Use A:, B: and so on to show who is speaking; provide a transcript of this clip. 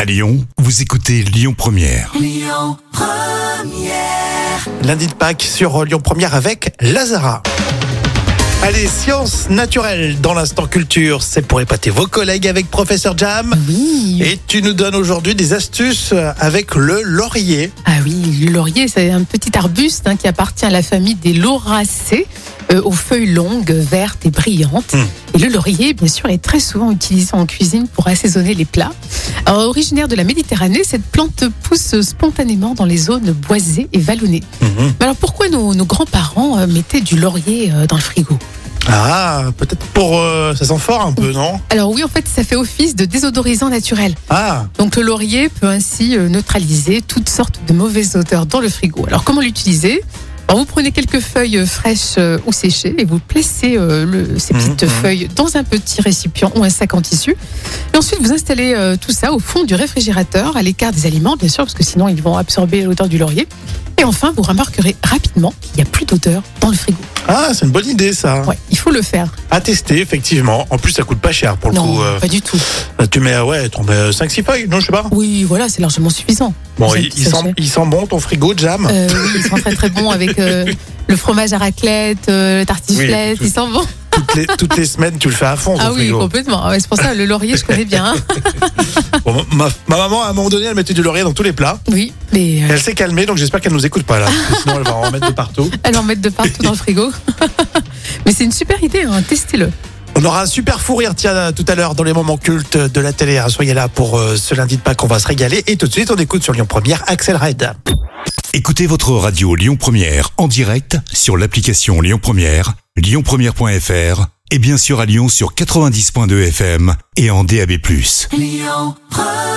A: À Lyon, vous écoutez Lyon Première.
B: Lundi de Pâques sur Lyon Première avec Lazara. Allez, sciences naturelles dans l'instant culture, c'est pour épater vos collègues avec Professeur Jam. Et tu nous donnes aujourd'hui des astuces avec le laurier.
C: Ah oui, le laurier, c'est un petit arbuste hein, qui appartient à la famille des lauracées, euh, aux feuilles longues, vertes et brillantes.
B: Hmm.
C: Et le laurier, bien sûr, est très souvent utilisé en cuisine pour assaisonner les plats. Alors, originaire de la Méditerranée, cette plante pousse spontanément dans les zones boisées et vallonnées. Mais alors pourquoi nos, nos grands-parents euh, mettaient du laurier euh, dans le frigo
B: Ah, peut-être pour... euh, ça sent fort un peu, non
C: Alors oui, en fait, ça fait office de désodorisant naturel.
B: Ah,
C: Donc le laurier peut ainsi euh, neutraliser toutes sortes de mauvaises odeurs dans le frigo. Alors comment l'utiliser Alors, vous prenez quelques feuilles euh, fraîches euh, ou séchées et vous placez euh, le- ces
B: Mhm,
C: petites
B: mhm.
C: feuilles dans un petit récipient ou un sac en tissu. Et ensuite, vous installez euh, tout ça au fond du réfrigérateur, à l'écart des aliments, bien sûr, parce que sinon ils vont absorber l'odeur du laurier. Et enfin, vous remarquerez rapidement qu'il n'y a plus d'odeur dans le frigo.
B: ah c'est une bonne idée ça.
C: Ouais, il faut le faire.
B: À tester, effectivement. En plus, ça coûte pas cher pour le
C: non,
B: coup. euh,
C: pas du tout.
B: tu mets, euh, ouais, t'en mets 5-6 feuilles, non, je sais pas.
C: Oui, voilà, c'est largement suffisant.
B: Bon,
C: J'ai un
B: il,
C: petit
B: il
C: sachet.
B: sent, il sent bon ton frigo, Jam.
C: Euh, oui, ils sont très très bons avec euh, le fromage à raclette, euh, le
B: Oui,
C: tartiflette,
B: tout-
C: ils sont bons.
B: Toutes, les, toutes les semaines, tu le fais à fond, ton
C: Ah oui,
B: frigo.
C: complètement. Ah ouais, c'est pour ça le laurier, je connais bien. hein.
B: Bon, ma, ma maman, à un moment donné, elle mettait du laurier dans tous les plats.
C: Oui, mais euh,
B: Elle s'est calmée, donc j'espère qu'elle nous écoute pas là. parce que Sinon, elle va en mettre de partout.
C: elles en mettent de partout dans le frigo. mais c'est une super idée, hein, testez-le.
B: On aura un super fou rire, tiens, tout à l'heure, dans les moments cultes de la télé. hein. Soyez là pour euh, ce lundi de Pâques, on va se régaler. Et tout de suite, on écoute sur Lyon Première, Axel Red.
A: Écoutez votre radio Lyon Première en direct sur l'application Lyon Première, lyonpremière.fr et bien sûr à Lyon sur 90.2 FM et en DAB+.
D: Lyon Première.